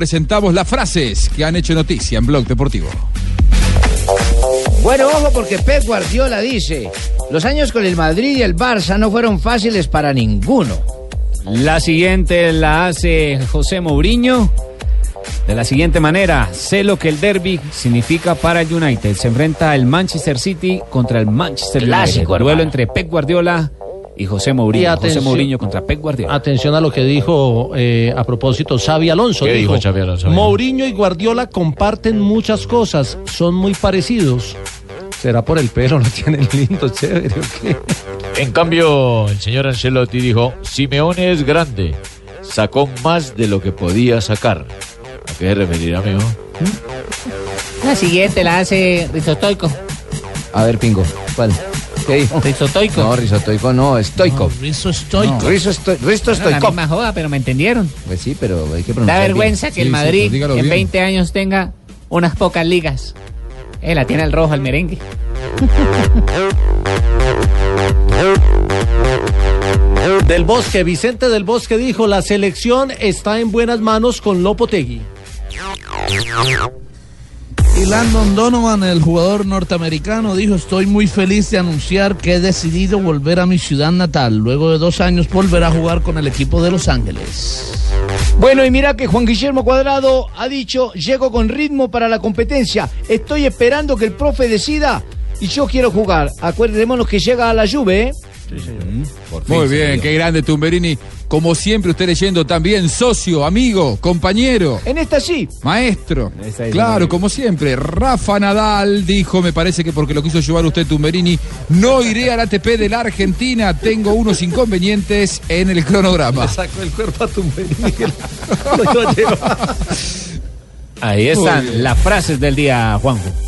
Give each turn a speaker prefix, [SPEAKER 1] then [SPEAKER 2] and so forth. [SPEAKER 1] presentamos las frases que han hecho noticia en Blog Deportivo.
[SPEAKER 2] Bueno, ojo porque Pep Guardiola dice, los años con el Madrid y el Barça no fueron fáciles para ninguno.
[SPEAKER 3] La siguiente la hace José Mourinho. De la siguiente manera, sé lo que el derby significa para el United. Se enfrenta el Manchester City contra el Manchester
[SPEAKER 2] Clásico,
[SPEAKER 3] United. Duelo
[SPEAKER 2] hermano.
[SPEAKER 3] entre Pep Guardiola y José Mourinho.
[SPEAKER 4] Y
[SPEAKER 3] José
[SPEAKER 4] atención-
[SPEAKER 3] Mourinho contra Pep
[SPEAKER 5] Ah,
[SPEAKER 3] Guardiola.
[SPEAKER 4] Atención a lo que dijo eh, a propósito Xavi Alonso.
[SPEAKER 6] ¿Qué dijo Xavi Alonso?
[SPEAKER 4] Mourinho y Guardiola comparten muchas cosas, son muy parecidos. ¿Será por el pelo? ¿Lo tienen lindo, chévere o qué?
[SPEAKER 6] En cambio, el señor Ancelotti dijo, Simeone es grande, sacó más de lo que podía sacar. ¿A qué se referirá, amigo?
[SPEAKER 5] La siguiente la hace Rizotoico.
[SPEAKER 2] A ver, Pingo, ¿cuál? ¿Qué dijo?
[SPEAKER 5] Rizotoico.
[SPEAKER 2] No, risotoico no, estoico.
[SPEAKER 4] Eso estoy.
[SPEAKER 2] No, riso estoy- risto
[SPEAKER 5] Bueno, la
[SPEAKER 2] estoico.
[SPEAKER 5] misma joda, pero me entendieron.
[SPEAKER 2] Pues sí, pero hay que
[SPEAKER 5] Da
[SPEAKER 2] pronunciar bien.
[SPEAKER 5] vergüenza
[SPEAKER 1] Sí,
[SPEAKER 5] que el
[SPEAKER 1] sí,
[SPEAKER 5] Madrid
[SPEAKER 1] pues dígalo
[SPEAKER 5] en
[SPEAKER 1] bien.
[SPEAKER 5] 20 años tenga unas pocas ligas. Eh, la tiene el rojo, el merengue.
[SPEAKER 4] Del Bosque, Vicente del Bosque dijo, la selección está en buenas manos con Lopotegui.
[SPEAKER 7] Y Landon Donovan, el jugador norteamericano, dijo, estoy muy feliz de anunciar que he decidido volver a mi ciudad natal. Luego de dos años volverá a jugar con el equipo de Los Ángeles.
[SPEAKER 2] Bueno, y mira que Juan Guillermo Cuadrado ha dicho, llego con ritmo para la competencia, estoy esperando que el profe decida y yo quiero jugar. Acuérdémonos que llega a la Juve, ¿eh?
[SPEAKER 1] Muy bien, qué grande Tumberini. Como siempre, usted leyendo también, socio, amigo, compañero,
[SPEAKER 2] en esta sí.
[SPEAKER 1] maestro.
[SPEAKER 3] Esa es
[SPEAKER 1] Claro,
[SPEAKER 3] la-
[SPEAKER 1] como siempre, Rafa Nadal dijo, me parece que porque lo quiso llevar usted Tumberini, no iré al ATP de la Argentina, tengo unos inconvenientes en el cronograma.
[SPEAKER 4] Sacó el cuerpo a tu
[SPEAKER 3] Ahí están las frases del día, Juanjo.